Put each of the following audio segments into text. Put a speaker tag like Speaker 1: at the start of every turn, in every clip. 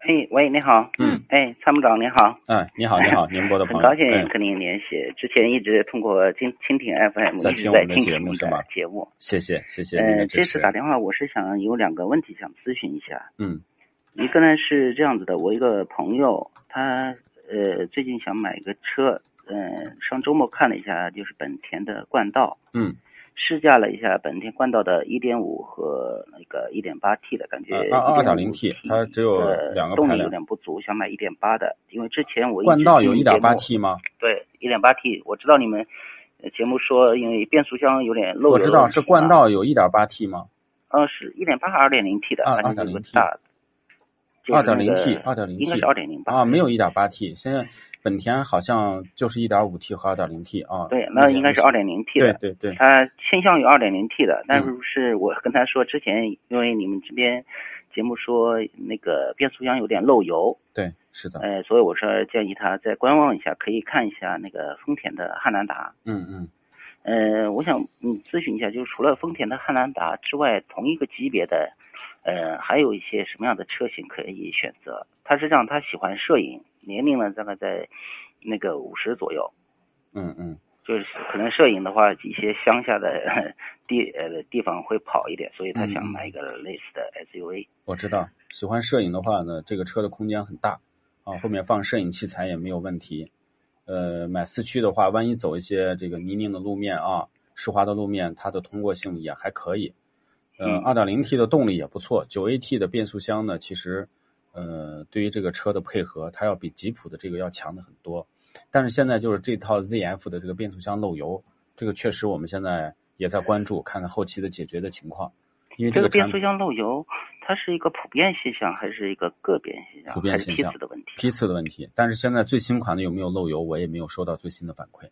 Speaker 1: 哎，喂，你好，
Speaker 2: 嗯，
Speaker 1: 哎，参谋长您好，
Speaker 3: 哎，你好，你好，宁波的朋
Speaker 1: 很
Speaker 3: 友，
Speaker 1: 高兴
Speaker 3: 哎
Speaker 1: 跟您联系。之前一直通过蜻蜻蜓 FM
Speaker 3: 在
Speaker 1: 一直
Speaker 3: 听我
Speaker 1: 在
Speaker 3: 们的
Speaker 1: 听
Speaker 3: 节
Speaker 1: 您
Speaker 3: 目是
Speaker 1: 的
Speaker 3: 吗
Speaker 1: 节目。
Speaker 3: 谢谢谢谢您
Speaker 1: 呃，
Speaker 3: 的
Speaker 1: 这
Speaker 3: 支
Speaker 1: 次
Speaker 3: 持。
Speaker 1: 打电话我是想有两个问题想咨询一下。
Speaker 3: 嗯
Speaker 1: 一个呢是这样子的，我一个朋友他呃最近想买个车，呃上周末看了一下就是本田的冠道，
Speaker 3: 嗯
Speaker 1: 试驾了一下本田冠道的1.5和那个 1.8T 的，感觉
Speaker 3: 呃二二点零 T
Speaker 1: 1.5
Speaker 3: 它只有
Speaker 1: 呃
Speaker 3: 两个
Speaker 1: 动
Speaker 3: 排
Speaker 1: 力有
Speaker 3: 量
Speaker 1: 点不足，想买1.8的，因为之前我一
Speaker 3: 冠
Speaker 1: 直
Speaker 3: 道
Speaker 1: 听
Speaker 3: 有
Speaker 1: 你
Speaker 3: 一
Speaker 1: 节
Speaker 3: 点八
Speaker 1: 目
Speaker 3: T 吗？
Speaker 1: 对，一点八 T，我知道你们呃节目说因为变速箱有点漏油
Speaker 3: 我
Speaker 1: 的问题嘛，
Speaker 3: 知道是冠道有一点八 T 吗？
Speaker 1: 呃，是一点八还是二点零 T 的？
Speaker 3: 啊
Speaker 1: 反正有个
Speaker 3: 2.0T
Speaker 1: 大，就是
Speaker 3: 二
Speaker 1: 那
Speaker 3: 点零
Speaker 1: 个
Speaker 3: T，二点零 T，
Speaker 1: 应该是二点零吧？
Speaker 3: 啊，没有一点八 T，现在本田好像就是一点五 T 和二点零 T 啊。
Speaker 1: 对，那应该是二点零 T
Speaker 3: 对
Speaker 1: 的。
Speaker 3: 对对，嗯
Speaker 1: 他倾向于二点零 T 的，但是是我跟他说之前，因为你们这边节目说那个变速箱有点漏油，
Speaker 3: 对是的，
Speaker 1: 呃，所以我说建议他再观望一下，可以看一下那个丰田的汉兰达。
Speaker 3: 嗯嗯，
Speaker 1: 呃，我想嗯咨询一下，就是除了丰田的汉兰达之外，同一个级别的，呃，还有一些什么样的车型可以选择？他是让他喜欢摄影，年龄呢大概在那个五十左右，
Speaker 3: 嗯嗯，
Speaker 1: 就是可能摄影的话，一些乡下的呃地呃地方会跑一点，所以他想
Speaker 3: 嗯嗯
Speaker 1: 买一个类似的 SUV。
Speaker 3: 我知道，喜欢摄影的话呢，这个车的空间很大啊，后面放摄影器材也没有问题。呃，买四驱的话，万一走一些这个泥泞的路面啊，湿滑的路面，它的通过性也还可以。呃，
Speaker 1: 嗯
Speaker 3: 2 0 T 的动力也不错，9 AT 的变速箱呢，其实呃，对于这个车的配合，它要比吉普的这个要强的很多。但是现在就是这套 ZF 的这个变速箱漏油，这个确实我们现在也在关注，看看后期的解决的情况。因为
Speaker 1: 这
Speaker 3: 嗯个
Speaker 1: 个变
Speaker 3: 产
Speaker 1: 速箱漏油，它是一个普遍现象还是一个个别现象，
Speaker 3: 普遍
Speaker 1: 还是
Speaker 3: 现
Speaker 1: 批
Speaker 3: 象
Speaker 1: 次的问题？
Speaker 3: 批次的问题，但是现在最新款的有没有漏油，我也没有收到最新的反馈。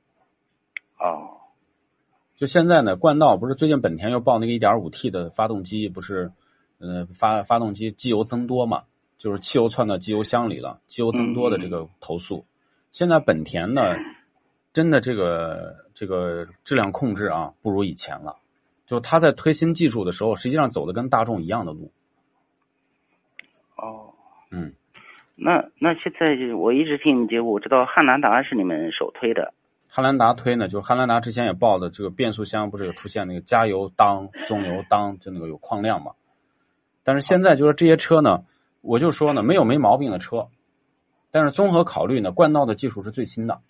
Speaker 1: 哦，
Speaker 3: 就现在呢，冠道不是最近本田又报那个 1.5T 的发动机不是，呃，发发动机机油增多嘛，就是汽油窜到机油箱里了，机油增多的这个投诉。现在本田呢，真的这个这个质量控制啊，不如以前了。就它在推新技术的时候，实际上走的跟大众一样的路。
Speaker 1: 哦。
Speaker 3: 嗯，
Speaker 1: 那那现在就是我一直听你们节目，我知道汉兰达是你们首推的，
Speaker 3: 汉兰达推呢，就是汉兰达之前也报的这个变速箱不是有出现那个加油当、中油当，就那个有矿量嘛。但是现在就是这些车呢，我就说呢，没有没毛病的车，但是综合考虑呢，冠道的技术是最新的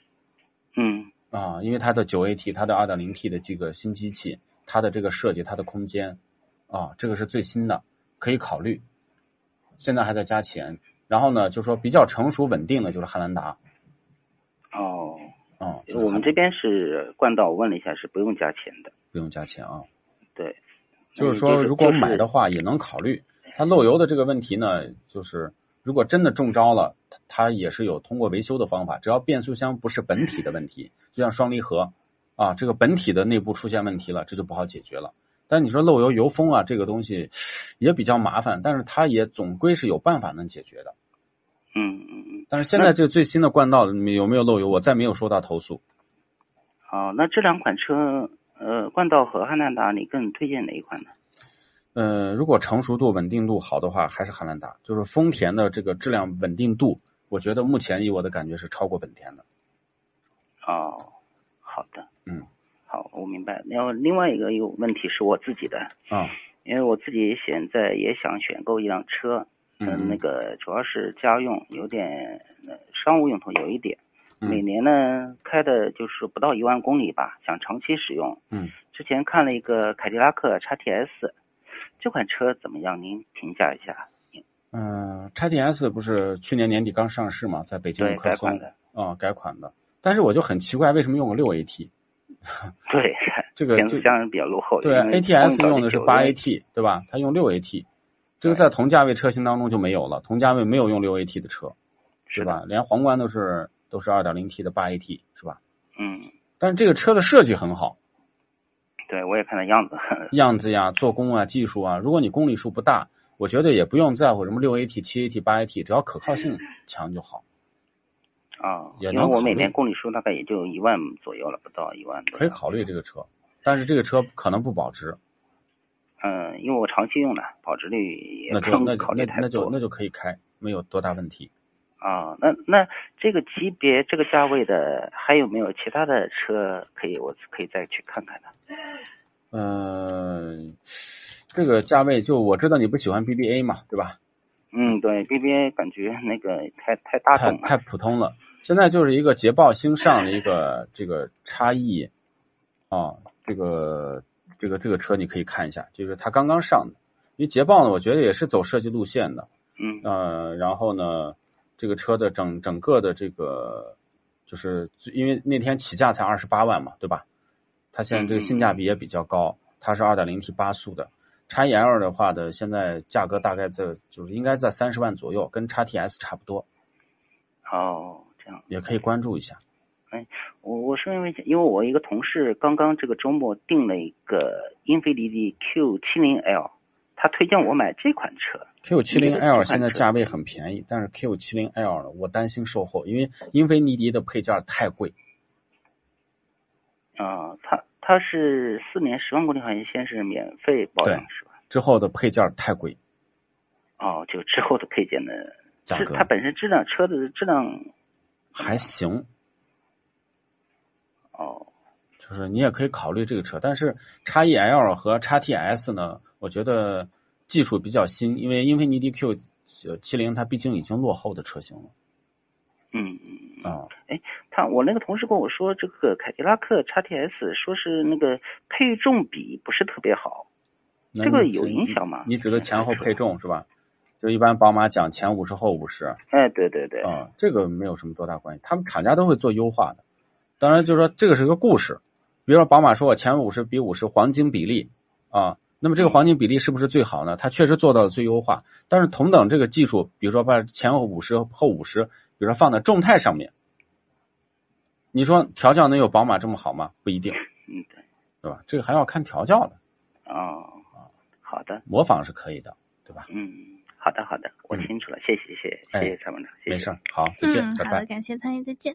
Speaker 1: 嗯
Speaker 3: 啊，因为它的 9AT、它的 2.0T 的这个新机器，它的这个设计、它的空间啊，这个是最新的，可以考虑。现在还在加钱，然后呢，就说比较成熟稳定的就是汉兰达
Speaker 1: 哦，
Speaker 3: 啊，就
Speaker 1: 我
Speaker 3: 是汉
Speaker 1: 们这边是冠道，我问了一下是不用加钱的，
Speaker 3: 不用加钱啊。
Speaker 1: 对，
Speaker 3: 就是
Speaker 1: 嗯
Speaker 3: 说，如果买的
Speaker 1: 就是
Speaker 3: 话也能考虑。它漏油的这个问题呢，就是如果真的中招了，它它也是有通过维修的方法，只要变速箱不是本体的问题，就像双离合啊，这个本体的内部出现问题了，这就不好解决了。但你说漏油、油封啊，这个东西也比较麻烦，但是它也总归是有办法能解决的。
Speaker 1: 嗯嗯嗯，
Speaker 3: 但是现在这个最新的冠道有没有漏油，我再没有收到投诉。
Speaker 1: 好，哦那这两款车，呃，冠道和汉兰达，你更推荐哪一款呢？
Speaker 3: 呃，如果成熟度、稳定度好的话，还是汉兰达。就是丰田的这个质量稳定度，我觉得目前以我的感觉是超过本田的。
Speaker 1: 哦，好的，
Speaker 3: 嗯，
Speaker 1: 好，我明白。然后另外一个有问题是我自己的，
Speaker 3: 啊，
Speaker 1: 因为我自己现在也想选购一辆车，
Speaker 3: 嗯
Speaker 1: 呃那个主要是家用，有点呃商务用途有一点。
Speaker 3: 嗯
Speaker 1: 每年呢开的就是不到一万公里吧，想长期使用。
Speaker 3: 嗯，
Speaker 1: 之前看了一个凯迪拉克 XTS，这款车怎么样？您评价一下？
Speaker 3: 嗯、x t s 不是去年年底刚上市嘛，在北京
Speaker 1: 对，
Speaker 3: 有客
Speaker 1: 改款
Speaker 3: 松
Speaker 1: 的，
Speaker 3: 啊、改款的。但是我就很奇怪，为什么用个六 AT？
Speaker 1: 对，
Speaker 3: 这个
Speaker 1: 变
Speaker 3: 这
Speaker 1: 速箱比较落后。
Speaker 3: 对
Speaker 1: 因为
Speaker 3: ，ATS
Speaker 1: 风
Speaker 3: 用
Speaker 1: 格
Speaker 3: 的是
Speaker 1: 九
Speaker 3: 八
Speaker 1: 轮
Speaker 3: AT，对吧？它用六 AT，这个
Speaker 1: 对
Speaker 3: 在同价位车型当中就没有了，同价位没有用六 AT 的车，
Speaker 1: 是
Speaker 3: 对
Speaker 1: 的
Speaker 3: 吧？连皇冠都是都是二点零 T 的八 AT，是吧？
Speaker 1: 嗯，
Speaker 3: 但是这个车的设计很好，
Speaker 1: 对，我也看那样子。
Speaker 3: 样子呀、做工啊、技术啊，如果你公里数不大，我觉得也不用在乎什么六 AT、七 AT、八 AT，只要可靠性强就好，
Speaker 1: 啊，
Speaker 3: 也
Speaker 1: 因为
Speaker 3: 能
Speaker 1: 我
Speaker 3: 考
Speaker 1: 每
Speaker 3: 虑
Speaker 1: 年公里数大概也就一万左右了，不到一万。
Speaker 3: 可以考虑这个车。但是这个车可能不保值，
Speaker 1: 嗯，因为我长期用的，保值率也
Speaker 3: 那
Speaker 1: 不
Speaker 3: 就那
Speaker 1: 用
Speaker 3: 就
Speaker 1: 考虑
Speaker 3: 那
Speaker 1: 太
Speaker 3: 那就
Speaker 1: 多
Speaker 3: 那就可以开，没有多大问题。
Speaker 1: 啊。那那这个级别、这个价位的，还有没有其他的车可以我可以再去看看的？
Speaker 3: 嗯，这个价位就我知道你不喜欢 BBA 嘛，对吧？
Speaker 1: 嗯，对，BBA 感觉那个太太大
Speaker 3: 太
Speaker 1: 众了。
Speaker 3: 太普通了。现在就是一个捷豹新上的一个这个差异啊，这个这个这个车你可以看一下，就是它刚刚上的。因为捷豹呢，我觉得也是走设计路线的，
Speaker 1: 嗯
Speaker 3: 呃，然后呢，这个车的整整个的这个就是因为那天起价才二十八万嘛，对吧？它现在这个性价比也比较高，它是二点零 T 八速的，叉 E L 的话的现在价格大概在就是应该在三十万左右，跟叉 T S 差不多，
Speaker 1: 哦，这样。
Speaker 3: 也可以关注一下。
Speaker 1: 我我是因为因为我一个同事刚刚这个周末订了一个英菲尼迪 Q 7 0 L，他推荐我买这款车。
Speaker 3: Q 7 0 L 现在
Speaker 1: 这款车
Speaker 3: 价位很便宜，但是 Q 7 0 L 呢，我担心售后，因为英菲尼迪的配件太贵，
Speaker 1: 啊，它它是四年十万公里，好像先是免费保养
Speaker 3: 对
Speaker 1: 是吧？
Speaker 3: 之后的配件太贵，
Speaker 1: 哦，就之后的配件的
Speaker 3: 价
Speaker 1: 是
Speaker 3: 格
Speaker 1: 它本身质量车子的质量
Speaker 3: 还行，
Speaker 1: 哦，
Speaker 3: 就是你也可以考虑这个车，但是叉 E L 和叉 T S 呢，我觉得技术比较新，因为英菲尼迪 Q 七零它毕竟已经落后的车型了
Speaker 1: 嗯嗯，嗯
Speaker 3: 啊、
Speaker 1: 他我那个同事跟我说，这个凯迪拉克 XTS 说是那个配重比不是特别好，
Speaker 3: 那
Speaker 1: 这个
Speaker 3: 你
Speaker 1: 有
Speaker 3: 指
Speaker 1: 影响吗
Speaker 3: 你指的前后
Speaker 1: 这个
Speaker 3: 配重 是吧？就一般宝马讲前五十后五十，
Speaker 1: 哎，对对对，
Speaker 3: 啊、这个没有什么多大关系，他们厂家都会做优化的。当然，就是说这个是个故事，比如说宝马说我前五十比五十黄金比例啊，那么这个黄金比例是不是最好呢？它确实做到了最优化，但是同等这个技术，比如说把前后五十后五十，比如说放在众泰上面，你说调教能有宝马这么好吗？不一定，
Speaker 1: 嗯对，
Speaker 3: 对吧？这个还要看调教的，
Speaker 1: 哦，好的，
Speaker 3: 模仿是可以的，对吧？
Speaker 1: 嗯，好的好的，我
Speaker 3: 嗯
Speaker 1: 清楚了，谢谢谢谢
Speaker 3: 哎
Speaker 1: 谢谢参谋长，谢谢
Speaker 3: 没事儿，好，再见，
Speaker 2: 嗯，
Speaker 3: 拜
Speaker 2: 好
Speaker 3: 拜
Speaker 2: 的，。感谢参与，再见。